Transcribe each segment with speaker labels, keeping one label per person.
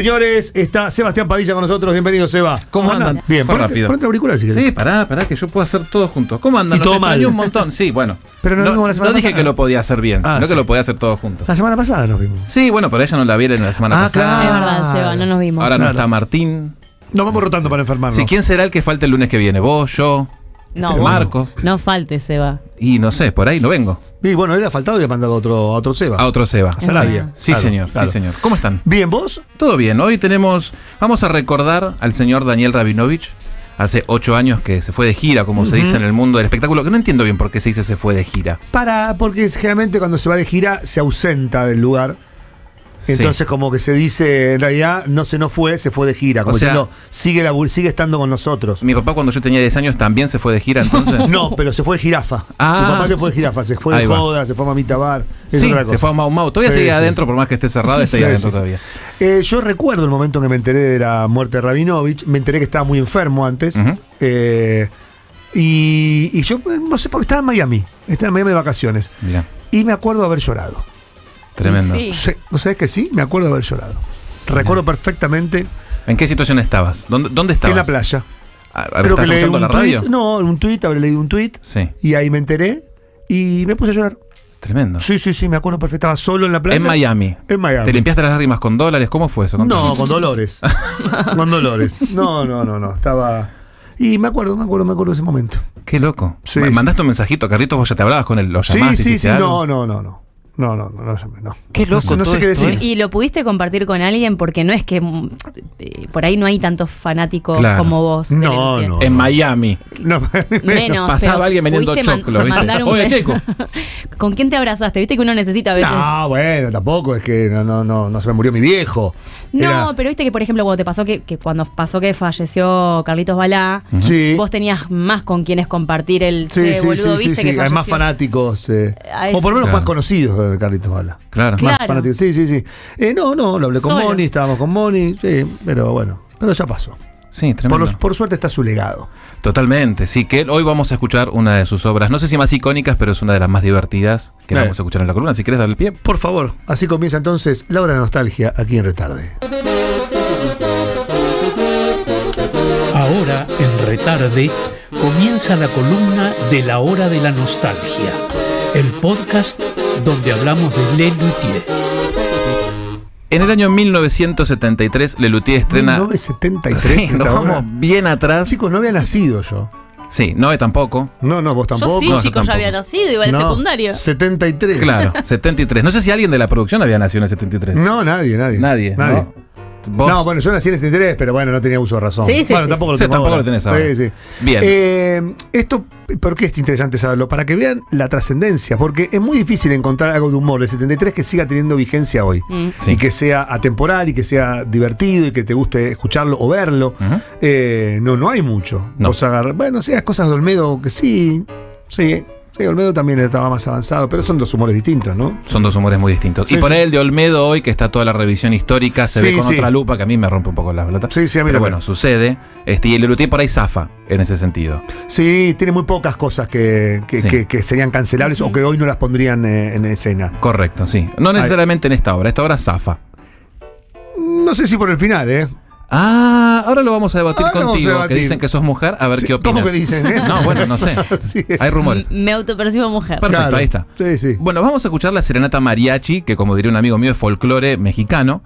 Speaker 1: Señores, está Sebastián Padilla con nosotros. Bienvenido, Seba.
Speaker 2: ¿Cómo andan?
Speaker 1: Bien,
Speaker 2: Fue
Speaker 1: ponete,
Speaker 2: rápido.
Speaker 1: ponete el auricular si querés.
Speaker 2: Sí, pará, pará, que yo puedo hacer todo juntos. ¿Cómo andan?
Speaker 1: Y todo
Speaker 2: extrañé
Speaker 1: mal.
Speaker 2: un montón, sí, bueno.
Speaker 1: Pero nos
Speaker 2: no,
Speaker 1: vimos la semana
Speaker 2: no dije
Speaker 1: pasada.
Speaker 2: que lo podía hacer bien,
Speaker 1: Ah,
Speaker 2: no
Speaker 1: sí.
Speaker 2: que lo podía hacer todo juntos.
Speaker 1: La semana pasada nos vimos.
Speaker 2: Sí, bueno, pero ella no la vieron la semana
Speaker 1: Ah,
Speaker 2: pasada.
Speaker 1: claro.
Speaker 3: Es verdad, Seba, no nos vimos.
Speaker 2: Ahora
Speaker 1: Claro.
Speaker 2: no está Martín.
Speaker 1: Nos vamos rotando para enfermarnos.
Speaker 2: Sí, ¿quién será el que falta el lunes que viene? ¿Vos, yo?
Speaker 3: no,
Speaker 2: el
Speaker 3: vos-
Speaker 2: Marco.
Speaker 3: No falte, Seba.
Speaker 2: Y no sé, por ahí no vengo.
Speaker 1: Y bueno, él ha faltado y ha mandado a otro, a otro Seba.
Speaker 2: A otro Seba.
Speaker 1: A Sarabia.
Speaker 2: Sí,
Speaker 1: Claro,
Speaker 2: señor,
Speaker 1: claro.
Speaker 2: sí, señor. ¿Cómo están?
Speaker 1: Bien, ¿vos?
Speaker 2: Todo bien, hoy tenemos, vamos a recordar al señor Daniel Rabinovich, hace ocho años que se fue de gira, como se dice en el mundo del espectáculo, que no entiendo bien por qué se dice se fue de gira.
Speaker 1: Para, porque generalmente cuando se va de gira se ausenta del lugar.
Speaker 2: Sí.
Speaker 1: Entonces, como que se dice, en realidad, no se no fue, se fue de gira. Como
Speaker 2: O sea-
Speaker 1: diciendo, sigue, labu- sigue estando con nosotros.
Speaker 2: Mi papá cuando yo tenía 10 años también se fue de gira, entonces...
Speaker 1: No, pero se fue de jirafa.
Speaker 2: Ah.
Speaker 1: Tu papá se fue de jirafa, se fue
Speaker 2: Ahí
Speaker 1: de
Speaker 2: va.
Speaker 1: joda, se fue a Mamita Bar. es
Speaker 2: Sí,
Speaker 1: otra cosa.
Speaker 2: se fue a Mau Mau. Todavía
Speaker 1: Sí,
Speaker 2: sigue
Speaker 1: sí,
Speaker 2: adentro,
Speaker 1: sí.
Speaker 2: por más que esté cerrado, está ahí
Speaker 1: Sí,
Speaker 2: adentro
Speaker 1: sí.
Speaker 2: todavía.
Speaker 1: Eh, yo recuerdo el momento en que me enteré de la muerte de Rabinovich. Me enteré que estaba muy enfermo antes.
Speaker 2: Ujú.
Speaker 1: Eh, y, y yo, eh, no sé por qué, estaba en Miami. Estaba en Miami de vacaciones.
Speaker 2: Mirá,
Speaker 1: Y me acuerdo de haber llorado.
Speaker 2: tremendo.
Speaker 3: Sí.
Speaker 1: Sí, ¿No sabés que sí? Me acuerdo de haber llorado. Recuerdo perfectamente
Speaker 2: ¿En qué situación estabas? ¿Dónde, dónde estabas?
Speaker 1: en la playa.
Speaker 2: Ah, ah, ¿Estás
Speaker 1: leí
Speaker 2: escuchando
Speaker 1: un
Speaker 2: la radio?
Speaker 1: tuit. No, un tuit, habré leído un tuit.
Speaker 2: Sí,
Speaker 1: Y ahí me enteré y me puse a llorar.
Speaker 2: tremendo.
Speaker 1: Sí, sí, sí, me acuerdo perfecto. Estaba solo en la playa.
Speaker 2: Ah. En Miami.
Speaker 1: En Miami.
Speaker 2: ¿Te limpiaste las lágrimas con dólares? ¿Cómo fue eso? Contame.
Speaker 1: No, con dolores. con dolores. No, no, no, no. Estaba. Y me acuerdo, me acuerdo, me acuerdo de ese momento.
Speaker 2: Qué loco.
Speaker 1: Sí.
Speaker 2: Ma- Mandaste un mensajito a Carlitos, vos ya te hablabas con él, lo llamás,
Speaker 1: sí, sí, sí.
Speaker 2: hiciste algo.
Speaker 1: No, no, no, no. No, no, no, no, llamé, no.
Speaker 4: Qué
Speaker 1: No sé-
Speaker 4: loco
Speaker 1: no sé
Speaker 4: todo
Speaker 1: qué
Speaker 4: esto,
Speaker 1: decir.
Speaker 4: ¿eh?
Speaker 3: Y lo pudiste compartir con alguien porque no es que mm, eh, por ahí no hay tantos fanáticos
Speaker 2: Claro.
Speaker 3: como vos. del
Speaker 1: No,
Speaker 3: Inter.
Speaker 1: no.
Speaker 2: En Miami.
Speaker 1: No,
Speaker 3: Menos.
Speaker 2: Pasaba
Speaker 3: pero
Speaker 2: alguien vendiendo
Speaker 3: pudiste man-
Speaker 2: choclo, ¿viste?
Speaker 3: mandar un-
Speaker 2: Oye, chico.
Speaker 3: ¿Con quién te abrazaste? Viste que uno necesita a veces.
Speaker 1: No, bueno, tampoco es que no, no, no, no se me murió mi viejo.
Speaker 3: No,
Speaker 1: Era-
Speaker 3: pero viste que, por ejemplo, cuando te pasó que, que cuando pasó que falleció Carlitos Balá,
Speaker 1: Sí.
Speaker 3: vos tenías más con quienes compartir el
Speaker 1: Sí,
Speaker 3: che,
Speaker 1: sí,
Speaker 3: boludo,
Speaker 1: sí, sí,
Speaker 3: viste
Speaker 1: sí.
Speaker 3: que
Speaker 1: Hay más
Speaker 3: falleció.
Speaker 1: fanáticos. eh,
Speaker 3: Ah, es-
Speaker 1: o por lo menos
Speaker 2: Claro.
Speaker 1: más conocidos de Carlitos Bala.
Speaker 2: Claro.
Speaker 3: Claro.
Speaker 1: Más fanáticos. Sí, sí, sí. Eh, no, no, lo hablé con
Speaker 3: Solo.
Speaker 1: Moni, estábamos con Moni, sí, pero bueno. Pero ya pasó.
Speaker 2: Sí, tremendo.
Speaker 1: Por, los- por suerte está su legado.
Speaker 2: Totalmente, sí, que hoy vamos a escuchar una de sus obras, no sé si más icónicas, pero es una de las más divertidas que
Speaker 1: Eh.
Speaker 2: vamos a escuchar en la columna. Si quieres darle el pie.
Speaker 1: Por favor, así comienza entonces la hora de nostalgia aquí en Retarde.
Speaker 5: Ahora, en Retarde, comienza la columna de la hora de la nostalgia, el podcast donde hablamos de Le Luthier.
Speaker 2: En el año 1973, Lelutier estrena...
Speaker 1: 973.
Speaker 2: Sí, nos vamos bien atrás.
Speaker 1: Chicos, no había nacido yo.
Speaker 2: Sí, Noé tampoco.
Speaker 1: No, no, vos tampoco.
Speaker 3: Yo sí,
Speaker 2: No, yo
Speaker 3: chicos,
Speaker 2: tampoco.
Speaker 3: ya había nacido, iba al
Speaker 1: No,
Speaker 3: secundario.
Speaker 1: 73.
Speaker 2: Claro, 73. No sé si alguien de la producción había nacido en el 73.
Speaker 1: No, nadie, nadie.
Speaker 2: Nadie.
Speaker 1: Nadie.
Speaker 2: ¿no? Vos-
Speaker 1: No, bueno, yo nací en el 73, pero bueno, no tenía uso de razón.
Speaker 4: Sí, sí,
Speaker 1: bueno,
Speaker 4: sí,
Speaker 1: tampoco lo
Speaker 2: sí,
Speaker 1: tengo
Speaker 2: tampoco
Speaker 1: ahora.
Speaker 2: lo tenés ahora.
Speaker 1: Sí, sí.
Speaker 2: Bien.
Speaker 1: Eh, esto, ¿por qué es interesante saberlo? Para que vean la trascendencia, porque es muy difícil encontrar algo de humor del 73 que siga teniendo vigencia hoy.
Speaker 3: Mm.
Speaker 2: Sí.
Speaker 1: Y que sea atemporal y que sea divertido y que te guste escucharlo o verlo.
Speaker 2: Ujú.
Speaker 1: Eh, no, no hay mucho.
Speaker 2: No.
Speaker 1: Vos agarra- bueno, sí, las cosas de Olmedo que sí. Sí, sí, Olmedo también estaba más avanzado, pero son dos humores distintos, ¿no?
Speaker 2: Son dos humores muy distintos.
Speaker 1: Sí,
Speaker 2: y por
Speaker 1: sí.
Speaker 2: ahí el de Olmedo hoy, que está toda la revisión histórica, se
Speaker 1: Sí,
Speaker 2: ve con
Speaker 1: sí.
Speaker 2: otra lupa que a mí me rompe un poco la pelota.
Speaker 1: Sí, sí, a mí
Speaker 2: Pero
Speaker 1: también.
Speaker 2: bueno, sucede. Este, y el Lelutier por ahí zafa en ese sentido.
Speaker 1: Sí, tiene muy pocas cosas que, que,
Speaker 2: Sí.
Speaker 1: que- que serían cancelables o que hoy no las pondrían eh, en escena.
Speaker 2: Correcto, sí. No necesariamente en esta obra, esta obra zafa.
Speaker 1: No sé si por el final, ¿eh?
Speaker 2: Ah, ahora lo vamos a debatir
Speaker 1: Ahora vamos a
Speaker 2: contigo,
Speaker 1: debatir.
Speaker 2: que dicen que sos mujer, a ver
Speaker 1: Sí,
Speaker 2: qué opinas.
Speaker 1: ¿cómo que dicen, eh?
Speaker 2: No, bueno, no sé.
Speaker 1: Sí.
Speaker 2: Hay rumores.
Speaker 3: M- Me autopercibo mujer.
Speaker 2: Perfecto,
Speaker 1: Claro.
Speaker 2: ahí está.
Speaker 1: Sí, sí.
Speaker 2: Bueno, vamos a escuchar la serenata mariachi, que como diría un amigo mío es folclore mexicano.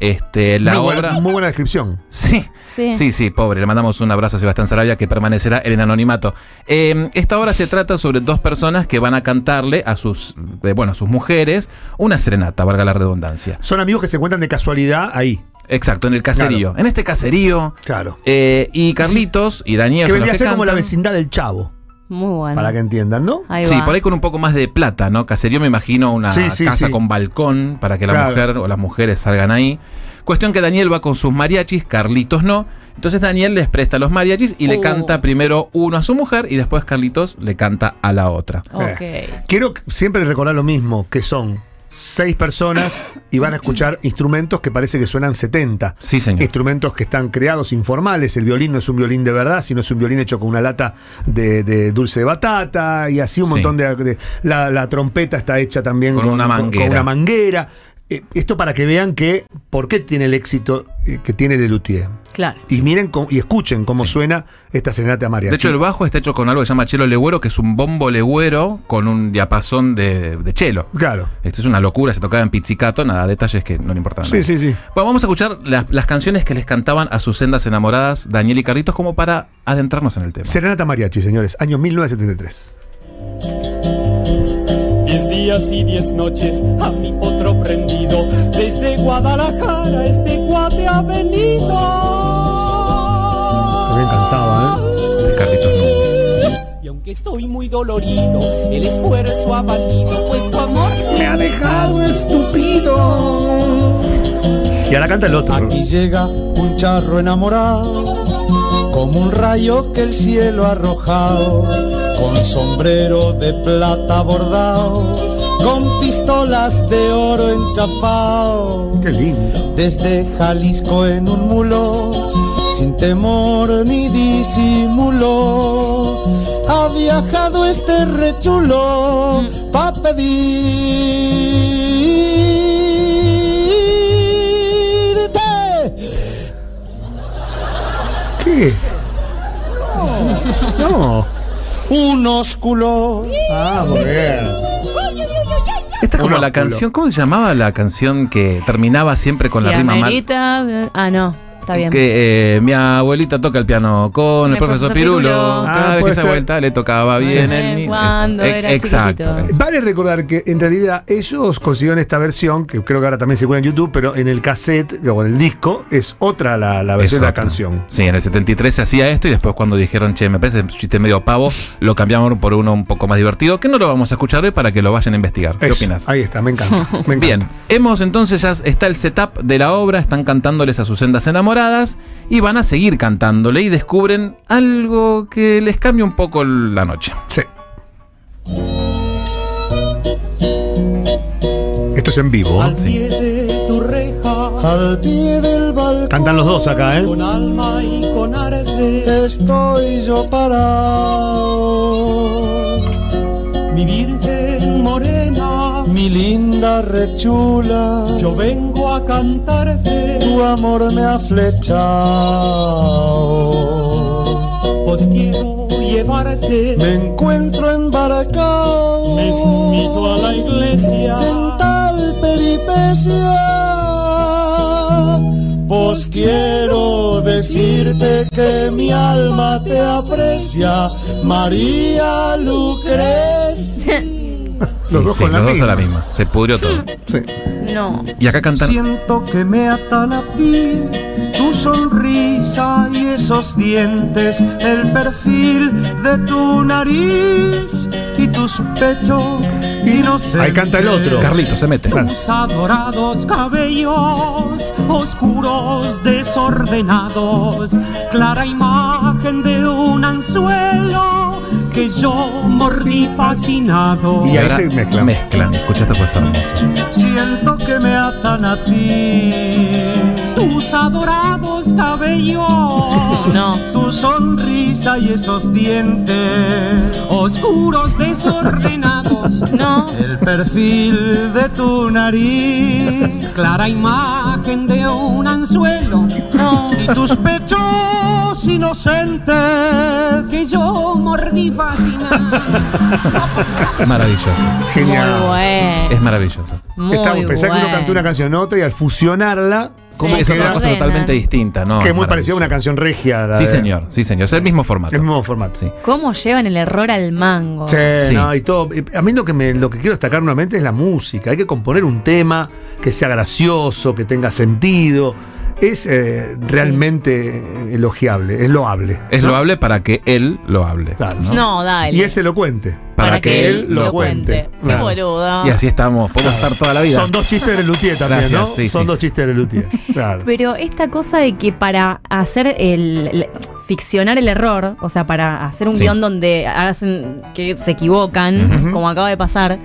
Speaker 2: Este, la
Speaker 1: muy,
Speaker 2: obra.
Speaker 1: buena, muy buena descripción.
Speaker 2: Sí,
Speaker 3: Sí.
Speaker 2: sí, sí, pobre. Le mandamos un abrazo a Sebastián Sarabia que permanecerá en el anonimato. Eh, esta obra se trata sobre dos personas que van a cantarle a sus, eh, bueno, a sus mujeres una serenata, valga la redundancia.
Speaker 1: Son amigos que se encuentran de casualidad ahí.
Speaker 2: Exacto, en el caserío. En este caserío.
Speaker 1: Claro.
Speaker 2: eh, y Carlitos y Daniel.
Speaker 1: Que
Speaker 2: son los
Speaker 1: vendría a ser como la
Speaker 2: cantan.
Speaker 1: vecindad del chavo,
Speaker 3: Muy bueno.
Speaker 1: para que entiendan, ¿no?
Speaker 3: Ahí
Speaker 2: Sí,
Speaker 3: va.
Speaker 2: por ahí con un poco más de plata, ¿no? Caserío me imagino una
Speaker 1: Sí, sí,
Speaker 2: casa
Speaker 1: sí.
Speaker 2: con balcón para que la
Speaker 1: Claro.
Speaker 2: mujer o las mujeres salgan ahí. Cuestión que Daniel va con sus mariachis, Carlitos no. Entonces Daniel les presta los mariachis y le
Speaker 3: Oh.
Speaker 2: canta primero uno a su mujer y después Carlitos le canta a la otra.
Speaker 3: Ok.
Speaker 1: Quiero que- siempre recordar lo mismo, que son seis personas y van a escuchar instrumentos que parece que suenan 70.
Speaker 2: Sí, señor.
Speaker 1: Instrumentos que están creados informales. El violín no es un violín de verdad, sino es un violín hecho con una lata de, de dulce de batata y así un
Speaker 2: Sí.
Speaker 1: montón de. de- la, la trompeta está hecha también
Speaker 2: Con una manguera.
Speaker 1: con una manguera. eh, esto para que vean que por qué tiene el éxito eh, que tiene Lelutier.
Speaker 3: Claro.
Speaker 1: Y miren cómo- y escuchen cómo suena esta serenata a mariachi.
Speaker 2: De hecho, el bajo está hecho con algo que se llama chelo legüero, que es un bombo legüero con un diapasón de, de chelo.
Speaker 1: Claro.
Speaker 2: Esto es una locura, se tocaba en pizzicato, nada, detalles que no le importaban. a
Speaker 1: Sí,
Speaker 2: nadie.
Speaker 1: sí, sí.
Speaker 2: Bueno, vamos a escuchar las, las canciones que les cantaban a sus sendas enamoradas Daniel y Carlitos como para adentrarnos en el tema.
Speaker 1: Serenata Mariachi, señores, año 1973.
Speaker 4: Diez días y diez noches a mi potro prendido. Desde Guadalajara este cuate ha venido.
Speaker 1: También cantaba,
Speaker 2: De Carlitos Núñez.
Speaker 4: Y aunque estoy muy dolorido, el esfuerzo ha valido, pues tu amor me ha dejado estúpido.
Speaker 1: Y ahora canta el otro. ¿no?
Speaker 6: Aquí llega un charro enamorado, como un rayo que el cielo ha arrojado, con sombrero de plata bordado, con pistolas de oro enchapao.
Speaker 1: Qué lindo.
Speaker 6: Desde Jalisco en un mulo, sin temor ni disimulo, ha viajado este rechulo pa' pedirte.
Speaker 1: ¿Qué? No.
Speaker 6: Un ósculo.
Speaker 1: Ah, muy bien.
Speaker 2: Esta es como
Speaker 1: Un
Speaker 2: la
Speaker 1: ósculo.
Speaker 2: canción, ¿cómo se llamaba la canción que terminaba siempre con
Speaker 3: Si
Speaker 2: la rima mal?
Speaker 3: amerita, eh, Ah, no, está bien.
Speaker 2: Que eh, mi abuelita toca el piano con el, profesor, Pirulo.
Speaker 3: Ah,
Speaker 2: Cada vez que
Speaker 1: puede
Speaker 2: se
Speaker 1: ser.
Speaker 2: vuelta le tocaba bien el niño.
Speaker 3: Cuando
Speaker 2: Eso.
Speaker 3: era
Speaker 2: E- Exacto.
Speaker 3: chiquitito.
Speaker 2: eso.
Speaker 1: Vale recordar que en realidad ellos consiguieron esta versión, que creo que ahora también se cuela en YouTube, pero en el cassette o en el disco es otra la, la versión de la
Speaker 2: Exacto.
Speaker 1: canción.
Speaker 2: Sí, en el 73 se hacía esto y después cuando dijeron, che, me parece un chiste medio pavo, lo cambiaron por uno un poco más divertido, que no lo vamos a escuchar hoy para que lo vayan a investigar. ¿Qué
Speaker 1: Eso,
Speaker 2: opinas?
Speaker 1: Ahí está, me encanta. Me encanta.
Speaker 2: Bien, hemos entonces ya está el setup de la obra, están cantándoles a sus sendas enamoradas y van a seguir cantándole y descubren algo que les cambia un poco la noche.
Speaker 1: Sí. Esto es en vivo.
Speaker 2: Ah,
Speaker 4: Al pie de tu reja,
Speaker 6: Al pie del balcón.
Speaker 1: Cantan los dos acá, ¿eh?
Speaker 4: con alma y con arte,
Speaker 6: Estoy yo parado.
Speaker 4: mi virgen morena,
Speaker 6: Mi linda rechula.
Speaker 4: yo vengo a cantarte,
Speaker 6: Tu amor me ha flechado.
Speaker 4: pues quiero llevarte.
Speaker 6: Me encuentro embarcado.
Speaker 4: Me invito a la iglesia.
Speaker 6: En tal peripecia. Pues quiero decirte que mi alma te aprecia, María Lucrecia.
Speaker 1: Los
Speaker 2: Y
Speaker 1: dos
Speaker 2: sí,
Speaker 1: con la
Speaker 2: los dos
Speaker 1: misma.
Speaker 2: a la misma. Se pudrió todo.
Speaker 1: Sí.
Speaker 3: No.
Speaker 2: Y acá cantan.
Speaker 6: Siento que me atan a ti, tu sonrisa y esos dientes, el perfil de tu nariz y tus pechos inocentes.
Speaker 1: Ahí canta el otro.
Speaker 2: Carlitos se mete.
Speaker 6: Tus adorados cabellos, oscuros, desordenados, clara imagen de un anzuelo que yo mordí fascinado.
Speaker 1: Y ahí
Speaker 2: ahora
Speaker 1: se mezclan.
Speaker 2: Mezclan. Escucha, esto puede ser hermoso.
Speaker 6: Siento que me atan a ti. Tus adorados cabellos,
Speaker 3: No.
Speaker 6: tu sonrisa y esos dientes oscuros, desordenados.
Speaker 3: No.
Speaker 6: El perfil de tu nariz, clara imagen de un anzuelo.
Speaker 3: No.
Speaker 6: Y tus pechos inocentes que yo mordí fascinado.
Speaker 2: Maravilloso.
Speaker 1: Genial.
Speaker 3: Muy
Speaker 2: Es
Speaker 3: bueno.
Speaker 2: maravilloso.
Speaker 3: Muy
Speaker 1: Estamos, pensá que uno
Speaker 3: bueno.
Speaker 1: cantó una canción a otra y al fusionarla, como
Speaker 3: Sí,
Speaker 2: es
Speaker 1: que,
Speaker 2: otra
Speaker 1: era-
Speaker 2: cosa
Speaker 3: ordena.
Speaker 2: totalmente distinta, ¿no?
Speaker 1: que es
Speaker 2: es
Speaker 1: muy parecida a una
Speaker 2: maravilloso.
Speaker 1: canción regia. la
Speaker 2: Sí,
Speaker 1: de-
Speaker 2: señor, sí, señor. Es el mismo formato.
Speaker 1: El mismo formato.
Speaker 2: Sí.
Speaker 3: ¿Cómo llevan el error al mango?
Speaker 1: Sí,
Speaker 2: Sí.
Speaker 1: no, y todo. Y A mí lo que, me, lo que quiero destacar nuevamente es la música. Hay que componer un tema que sea gracioso, que tenga sentido. Es eh, realmente eh, elogiable, es loable.
Speaker 2: Es
Speaker 1: ¿no?
Speaker 2: loable para que él lo hable.
Speaker 1: Claro.
Speaker 2: ¿no?
Speaker 3: No, dale.
Speaker 1: Y es elocuente.
Speaker 2: Para que él lo
Speaker 3: Qué
Speaker 1: Claro.
Speaker 3: boludo.
Speaker 2: Y así estamos. Podemos estar toda la vida.
Speaker 1: Son dos chistes de Lutier también,
Speaker 2: Gracias,
Speaker 1: ¿no?
Speaker 2: sí,
Speaker 1: Son
Speaker 2: sí.
Speaker 1: dos chistes de Lutier. Claro.
Speaker 3: Pero esta cosa de que para hacer el, el- ficcionar el error, o sea, para hacer un
Speaker 2: Sí.
Speaker 3: guión donde hacen que se equivocan,
Speaker 1: Ujú.
Speaker 3: como acaba de pasar,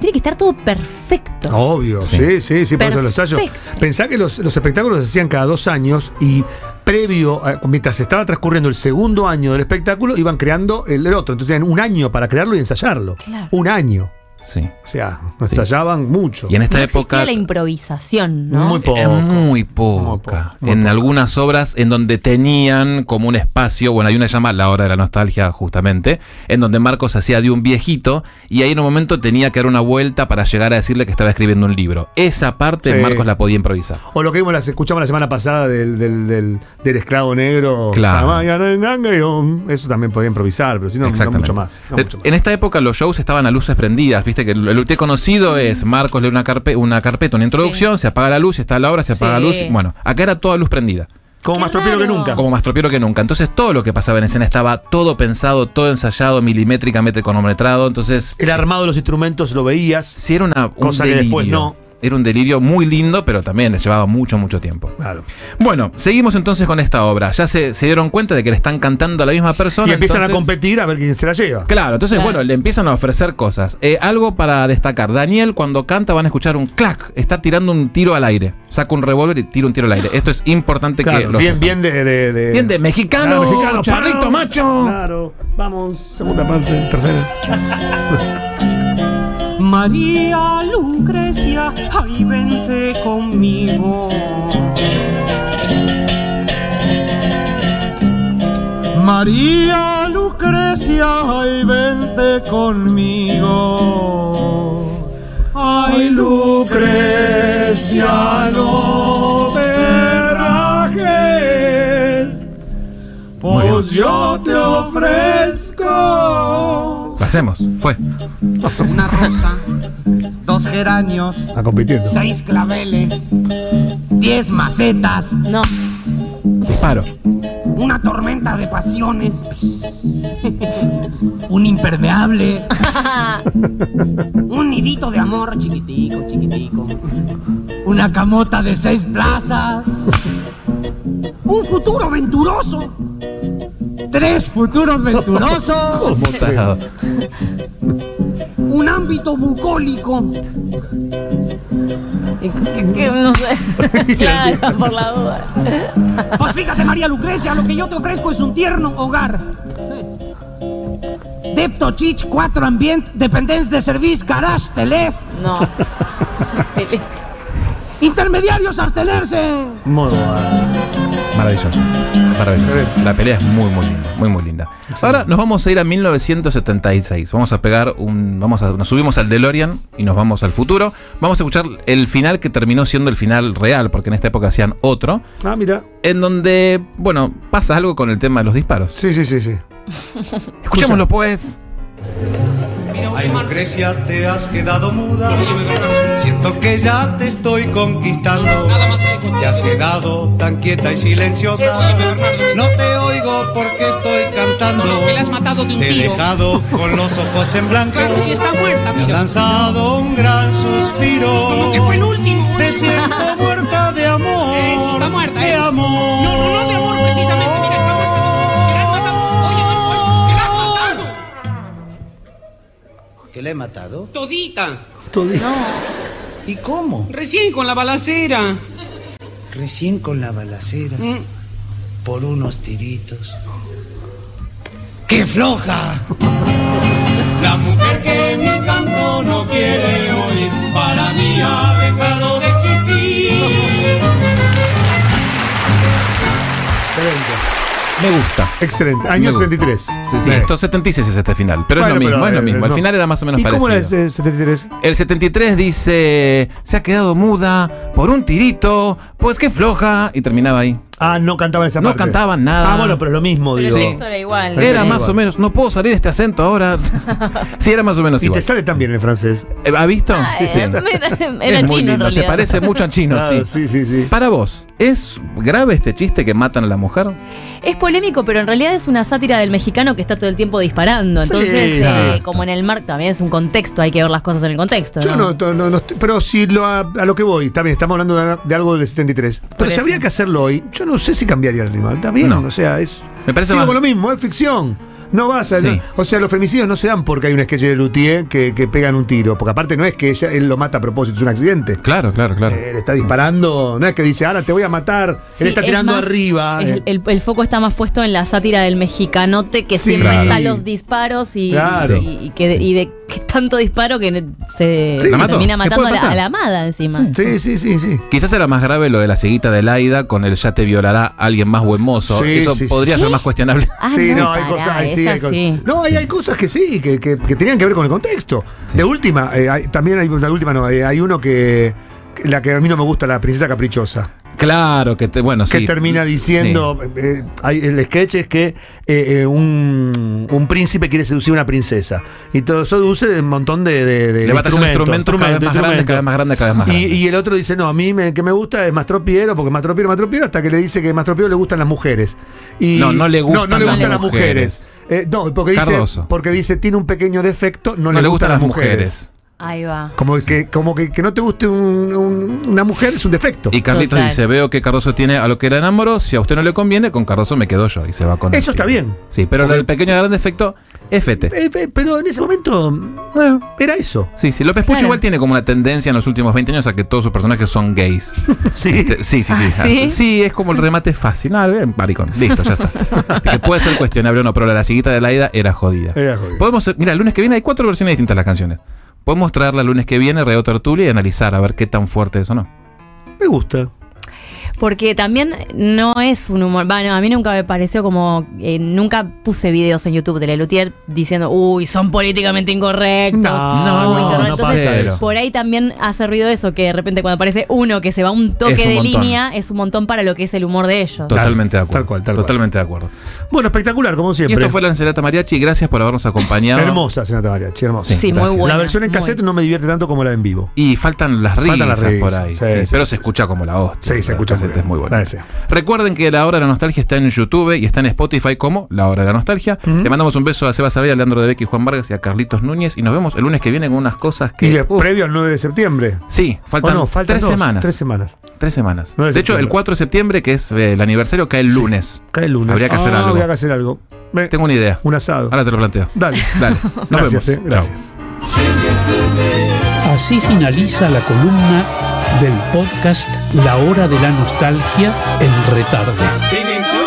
Speaker 3: tiene que estar todo perfecto.
Speaker 2: Oh,
Speaker 1: Obvio,
Speaker 2: Sí.
Speaker 1: sí, sí, sí, por eso los ensayos.
Speaker 3: Perfecto.
Speaker 1: Pensá que los, los espectáculos se hacían cada dos años y previo, a- mientras estaba transcurriendo el segundo año del espectáculo, iban creando el, el otro. Entonces tenían un año para crearlo y ensayarlo.
Speaker 3: Claro.
Speaker 1: Un año.
Speaker 2: Sí.
Speaker 1: O sea, nos
Speaker 2: Sí.
Speaker 1: ensayaban mucho.
Speaker 2: Y en Eh, em, esta
Speaker 3: no
Speaker 2: época.
Speaker 3: existía la improvisación, ¿no?
Speaker 1: Muy poco.
Speaker 2: Es muy poca.
Speaker 1: Muy poco, muy
Speaker 2: en
Speaker 1: poco.
Speaker 2: algunas obras en donde tenían como un espacio, bueno, hay una llamada La Hora de la Nostalgia, justamente, en donde Marcos hacía de un viejito y ahí en un momento tenía que dar una vuelta para llegar a decirle que estaba escribiendo un libro. Esa parte
Speaker 1: Sí.
Speaker 2: Marcos la podía improvisar.
Speaker 1: O lo que vimos, las escuchamos la semana pasada del, del, del, del esclavo negro.
Speaker 2: Claro.
Speaker 1: Samayanangayom. um, Eso también podía improvisar, pero si no, no
Speaker 2: Exactamente.
Speaker 1: mucho más. no
Speaker 2: Eh,
Speaker 1: mucho más.
Speaker 2: En esta época los shows estaban a luces prendidas, viste que el el UT conocido es Marcos lee una, carpe- una carpeta, una introducción, se apaga la luz, está la obra, se apaga
Speaker 3: Sí.
Speaker 2: la luz. Bueno, acá era toda luz prendida.
Speaker 1: Como
Speaker 3: Qué
Speaker 1: más tropiero que
Speaker 3: raro.
Speaker 1: nunca.
Speaker 2: Como más tropiero que nunca. Entonces todo lo que pasaba en escena estaba todo pensado, todo ensayado, milimétricamente cronometrado. Entonces,
Speaker 1: El armado de los instrumentos lo veías.
Speaker 2: sí era una, un
Speaker 1: Cosa que
Speaker 2: delirio.
Speaker 1: después no.
Speaker 2: Era un delirio muy lindo, pero también le llevaba mucho, mucho tiempo.
Speaker 1: Claro.
Speaker 2: Bueno, seguimos entonces con esta obra. Ya se, se dieron cuenta de que le están cantando a la misma persona.
Speaker 1: Y empiezan a
Speaker 2: entonces-
Speaker 1: competir a ver quién se la lleva.
Speaker 2: Claro, entonces,
Speaker 3: Claro.
Speaker 2: bueno, le empiezan a ofrecer cosas. Eh, algo para destacar. Daniel, cuando canta, van a escuchar un clac. Está tirando un tiro al aire. Saca un revólver y tira un tiro al aire. Esto es importante que
Speaker 1: Claro,
Speaker 2: lo
Speaker 1: bien,
Speaker 2: sepan.
Speaker 1: bien de, de, de- Ah,
Speaker 2: Bien de mexicano,
Speaker 1: Claro,
Speaker 2: charrito
Speaker 1: paro.
Speaker 2: macho.
Speaker 1: Claro, vamos, segunda parte, tercera.
Speaker 7: María Lucrecia, ay vente conmigo.
Speaker 6: María Lucrecia, ay vente conmigo. Ay Lucrecia, no te rajes, pues yo te ofrezco.
Speaker 2: Lo hacemos. Fue.
Speaker 8: Una rosa, dos geranios,
Speaker 1: A compitiendo.
Speaker 8: seis claveles, diez macetas,
Speaker 3: No,
Speaker 2: Disparo.
Speaker 8: una tormenta de pasiones, un impermeable, un nidito de amor chiquitico, chiquitico, una camota de seis plazas, un futuro venturoso, tres futuros venturosos.
Speaker 2: ¿Cómo te has dado?
Speaker 8: un ámbito bucólico,
Speaker 3: Y que- que- no sé. claro, por la duda.
Speaker 8: Pues fíjate, María Lucrecia, lo que yo te ofrezco es un tierno hogar. Depto, chich, cuatro ambient, dependents de service, garage, telef,
Speaker 3: No. Feliz.
Speaker 8: intermediarios, abstenerse.
Speaker 1: Muy bueno.
Speaker 2: Maravilloso. Maravilloso. La pelea es muy, muy linda. Muy, muy linda. Ahora nos vamos a ir a 1976. Vamos a pegar un. Vamos a, nos subimos al DeLorean y nos vamos al futuro. Vamos a escuchar el final que terminó siendo el final real, porque en esta época hacían otro.
Speaker 1: Ah, mira.
Speaker 2: En donde, bueno, pasa algo con el tema de los disparos.
Speaker 1: Sí, sí, sí, sí.
Speaker 2: Escuchémoslo pues.
Speaker 4: Ay, Lucrecia, te has quedado muda. Siento que ya te estoy conquistando. Te has quedado tan quieta y silenciosa. No te oigo porque estoy cantando.
Speaker 7: le has matado de un
Speaker 4: Te he
Speaker 7: tiro.
Speaker 4: dejado con los ojos en blanco.
Speaker 7: Claro, si está muerta,
Speaker 4: Me has
Speaker 7: mira.
Speaker 4: lanzado un gran suspiro.
Speaker 7: Como que fue el último.
Speaker 4: Te siento muerta de amor.
Speaker 7: Eso, está muerta,
Speaker 4: De
Speaker 7: eh.
Speaker 4: amor.
Speaker 7: No, no, no, de amor, precisamente, mira, está muerta. Te la has matado. Oye, oye, te la has matado.
Speaker 8: ¿Que le he matado?
Speaker 7: Todita.
Speaker 8: ¿Y cómo?
Speaker 7: Recién con la balacera.
Speaker 8: Recién con la balacera,
Speaker 7: Mm.
Speaker 8: por unos tiritos. ¡Qué floja!
Speaker 4: La mujer que mi canto no quiere oír, para mí ha dejado de existir.
Speaker 2: Me gusta.
Speaker 1: Excelente.
Speaker 2: Me
Speaker 1: Año
Speaker 2: gusta.
Speaker 1: 73.
Speaker 2: Sí, sí, esto 76 es este final. Pero
Speaker 1: Bueno,
Speaker 2: es lo mismo,
Speaker 1: pero,
Speaker 2: es lo
Speaker 1: eh,
Speaker 2: mismo. El
Speaker 1: no.
Speaker 2: final era más o menos
Speaker 1: ¿Y
Speaker 2: parecido.
Speaker 1: cómo era ese 73?
Speaker 2: El 73 dice, se ha quedado muda por un tirito, pues qué floja. Y terminaba ahí.
Speaker 1: Ah, no cantaban esa
Speaker 2: No
Speaker 1: parte.
Speaker 2: cantaban nada.
Speaker 1: Ah, bueno, pero es lo mismo,
Speaker 3: Pero
Speaker 1: digo.
Speaker 3: el texto era igual. Eh,
Speaker 1: Pero
Speaker 2: Era
Speaker 1: era
Speaker 2: más
Speaker 1: igual.
Speaker 2: o menos, no puedo salir de este acento ahora. sí, era más o menos
Speaker 1: Y te
Speaker 2: igual.
Speaker 1: sale también en francés.
Speaker 2: Eh, ¿Ha visto?
Speaker 3: Eh, Era
Speaker 2: Es muy
Speaker 3: chino, en
Speaker 2: lindo, se
Speaker 3: realidad.
Speaker 2: parece mucho a chino,
Speaker 1: Claro,
Speaker 2: sí.
Speaker 1: Ah, sí, sí, sí.
Speaker 2: Para vos, ¿es grave este chiste que matan a la mujer?
Speaker 3: Es polémico, pero en realidad es una sátira del mexicano que está todo el tiempo disparando. Entonces,
Speaker 1: Sí,
Speaker 3: eh,
Speaker 2: exacto.
Speaker 3: como en el mar también es un contexto, hay que ver las cosas en el contexto.
Speaker 1: Yo no, no, no, no estoy- pero si lo, a, a lo que voy, está bien, estamos hablando de, de algo del 73. Pero
Speaker 3: Por
Speaker 1: si
Speaker 3: eso.
Speaker 1: habría que hacerlo hoy, yo no sé si cambiaría el rival. Está bien,
Speaker 2: No.
Speaker 1: o sea, es.
Speaker 2: Me parece
Speaker 1: sigo
Speaker 2: más-
Speaker 1: con lo mismo, es ficción. No vas a.
Speaker 2: Sí.
Speaker 1: no- o sea, los femicidios no se dan porque hay un sketch de Luthier que, que pegan un tiro. Porque aparte no es que ella, él lo mata a propósito, es un accidente.
Speaker 2: Claro, claro, claro.
Speaker 1: Eh, le está disparando, no es que dice, ahora te voy a matar.
Speaker 3: Sí,
Speaker 1: él está
Speaker 3: es
Speaker 1: tirando
Speaker 3: más-
Speaker 1: arriba.
Speaker 3: es- El,
Speaker 1: Eh,
Speaker 3: el foco está más puesto en la sátira del mexicanote que
Speaker 1: Sí.
Speaker 3: siempre
Speaker 1: Claro.
Speaker 3: está a los disparos y,
Speaker 1: Claro.
Speaker 3: y- y que, y de que tanto disparo que ne- se
Speaker 1: Sí. ¿La
Speaker 2: mato?
Speaker 3: termina
Speaker 2: ¿Qué
Speaker 3: matando
Speaker 2: puede
Speaker 3: a la,
Speaker 2: pasar?
Speaker 3: a la amada encima.
Speaker 1: Sí, sí, sí, sí.
Speaker 2: Quizás era más grave lo de la ceguita de Laida con el ya te violará alguien más buen mozo.
Speaker 1: Sí,
Speaker 2: Eso
Speaker 1: sí, sí.
Speaker 2: podría ser
Speaker 3: ¿Qué?
Speaker 2: más cuestionable.
Speaker 3: Ah,
Speaker 1: sí, no, hay
Speaker 3: pará,
Speaker 1: cosas, hay-
Speaker 3: esa
Speaker 1: sí, hay cosas.
Speaker 3: sí.
Speaker 1: No, hay, hay cosas que sí, que, que- que tenían que ver con el contexto.
Speaker 2: Sí.
Speaker 1: De última, eh, hay- también hay de última, no, eh, hay uno que, que- la que a mí no me gusta, la princesa caprichosa,
Speaker 2: Claro, que te, bueno,
Speaker 1: que
Speaker 2: sí.
Speaker 1: termina diciendo, eh, hay- el sketch es que eh, eh, un, un príncipe quiere seducir a una princesa y todo eso seduce de un montón de, de, de
Speaker 2: Sí. Le batallan instrumentos, cada vez más grandes,
Speaker 1: instrumentos.
Speaker 2: cada vez más grandes, cada vez más
Speaker 1: Y,
Speaker 2: grandes.
Speaker 1: y el otro dice, no, a mí me, que me gusta es Mastropiero, porque Mastropiero, Mastropiero, hasta que le dice que Mastropiero le gustan las mujeres. Y
Speaker 2: No, no le
Speaker 1: No, no
Speaker 2: gustan
Speaker 1: le
Speaker 2: las
Speaker 1: gustan las mujeres. Eh, no, porque dice,
Speaker 2: Cardoso.
Speaker 1: porque dice, tiene un pequeño defecto, no, le, gustan, las mujeres.
Speaker 3: Ahí va.
Speaker 1: Como que, como que, que no te guste un- un- una mujer es un defecto.
Speaker 2: Y Carlitos
Speaker 3: Total.
Speaker 2: dice, veo que Cardoso tiene a lo que era enamoro, si a usted no le conviene, con Cardoso me quedo yo y se va con
Speaker 1: Eso
Speaker 2: él.
Speaker 1: está bien.
Speaker 2: Sí, pero
Speaker 1: Porque-
Speaker 2: el pequeño gran defecto, FT.
Speaker 1: Eh, eh, pero en ese momento
Speaker 2: Bueno,
Speaker 1: era eso.
Speaker 2: sí, sí. López Pucho
Speaker 3: Claro.
Speaker 2: igual tiene como una tendencia en los últimos 20 años a que todos sus personajes son gays.
Speaker 1: Sí.
Speaker 2: Este, sí, sí, sí.
Speaker 3: ¿Ah, sí?
Speaker 2: Sí, es como el remate fácil. Ah, bien, maricón. Listo, ya está. que puede ser cuestionable o no, pero la siguita de Laida era jodida.
Speaker 1: Era jodido.
Speaker 2: Podemos, mira, el lunes que viene hay cuatro versiones distintas de las canciones. Podemos traerla el lunes que viene, Radio Tertulia, y analizar a ver qué tan fuerte es o no.
Speaker 1: Me gusta.
Speaker 3: Porque también no es un humor. Bueno, a mí nunca me pareció como. eh, nunca puse videos en YouTube de Lelutier diciendo, uy, son políticamente incorrectos.
Speaker 1: No,
Speaker 3: uy,
Speaker 1: no,
Speaker 3: incorrectos".
Speaker 1: no
Speaker 3: Entonces,
Speaker 1: pasa
Speaker 2: eso.
Speaker 3: por ahí también hace ruido eso, que de repente cuando aparece uno que se va un toque
Speaker 2: Es un
Speaker 3: de
Speaker 2: montón.
Speaker 3: línea, es un montón para lo que es el humor de ellos.
Speaker 1: Total,
Speaker 2: Totalmente de acuerdo.
Speaker 1: tal cual, tal cual.
Speaker 2: Totalmente de acuerdo.
Speaker 1: Bueno, espectacular, como
Speaker 2: Y
Speaker 1: siempre.
Speaker 2: esto fue la Encerata Mariachi. Gracias por habernos acompañado.
Speaker 1: Hermosa, Senata Mariachi, hermosa.
Speaker 2: Sí,
Speaker 3: Sí, muy
Speaker 2: gracias.
Speaker 3: bueno.
Speaker 1: la versión en cassette no me divierte tanto como la en vivo.
Speaker 2: Y faltan las risas,
Speaker 1: Faltan las
Speaker 2: por
Speaker 1: risas,
Speaker 2: ahí.
Speaker 1: sí,
Speaker 2: sí,
Speaker 1: sí,
Speaker 2: pero
Speaker 1: sí,
Speaker 2: se escucha como la hostia.
Speaker 1: Sí, se escucha muy
Speaker 2: muy,
Speaker 1: bien.
Speaker 2: muy bueno.
Speaker 1: Gracias.
Speaker 2: Recuerden que La Hora de la Nostalgia está en YouTube y está en Spotify como La Hora de la Nostalgia. Le mandamos un beso a Seba Sabella, a Leandro de Becky, Juan Vargas y a Carlitos Núñez. Y nos vemos el lunes que viene con unas cosas que.
Speaker 1: Y de-
Speaker 2: Eh, uf,
Speaker 1: previo al 9 de septiembre.
Speaker 2: sí, faltan,
Speaker 1: ¿O no? Faltan
Speaker 2: tres
Speaker 1: dos,
Speaker 2: semanas.
Speaker 1: Tres semanas.
Speaker 2: Tres semanas.
Speaker 1: Nueve de
Speaker 2: de hecho, el
Speaker 1: septiembre.
Speaker 2: 4 de septiembre, que es eh, el aniversario, cae el lunes.
Speaker 1: Cae el lunes.
Speaker 2: Habría que hacer
Speaker 1: Ah,
Speaker 2: algo.
Speaker 1: Habría que hacer algo. Ve,
Speaker 2: Tengo una idea.
Speaker 1: un asado.
Speaker 2: Ahora te lo planteo.
Speaker 1: Dale.
Speaker 2: Dale, nos
Speaker 1: gracias,
Speaker 2: vemos.
Speaker 1: eh, gracias.
Speaker 2: Chao.
Speaker 5: Así finaliza la columna del podcast La Hora de la Nostalgia, El Retarde.
Speaker 7: Singing to